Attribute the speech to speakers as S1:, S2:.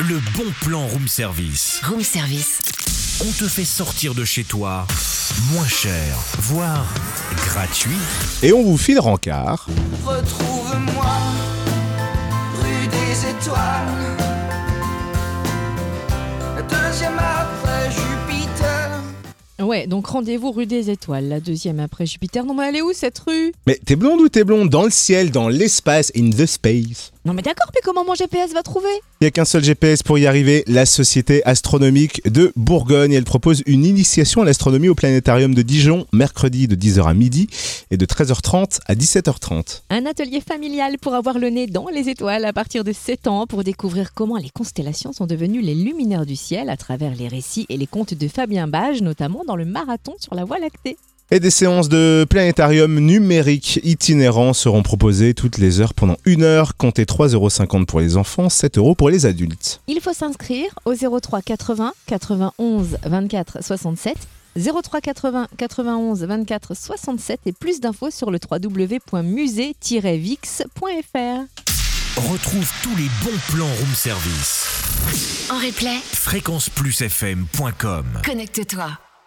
S1: Le bon plan room service.
S2: Room service.
S1: On te fait sortir de chez toi moins cher, voire gratuit.
S3: Et on vous file rencard.
S4: Retrouve-moi, rue des étoiles. La deuxième après Jupiter.
S5: Ouais, donc rendez-vous rue des Étoiles, la deuxième après Jupiter. Non mais elle est où cette rue
S3: Mais t'es blonde ou t'es blonde Dans le ciel, dans l'espace, in the space.
S5: Non mais d'accord, mais comment mon GPS va trouver
S3: Il n'y a qu'un seul GPS pour y arriver, la Société astronomique de Bourgogne. Elle propose une initiation à l'astronomie au planétarium de Dijon, mercredi de 10h à midi et de 13h30 à 17h30.
S5: Un atelier familial pour avoir le nez dans les étoiles à partir de 7 ans pour découvrir comment les constellations sont devenues les luminaires du ciel à travers les récits et les contes de Fabien Bage, notamment dans le marathon sur la Voie lactée.
S3: Et des séances de planétarium numérique itinérant seront proposées toutes les heures pendant une heure. Comptez 3,50€ pour les enfants, 7€ pour les adultes.
S5: Il faut s'inscrire au 03 80 91 24 67. 03 80 91 24 67 et plus d'infos sur le www.musée-vix.fr.
S1: Retrouve tous les bons plans room service.
S2: En replay,
S1: fréquenceplusfm.com
S2: connecte-toi.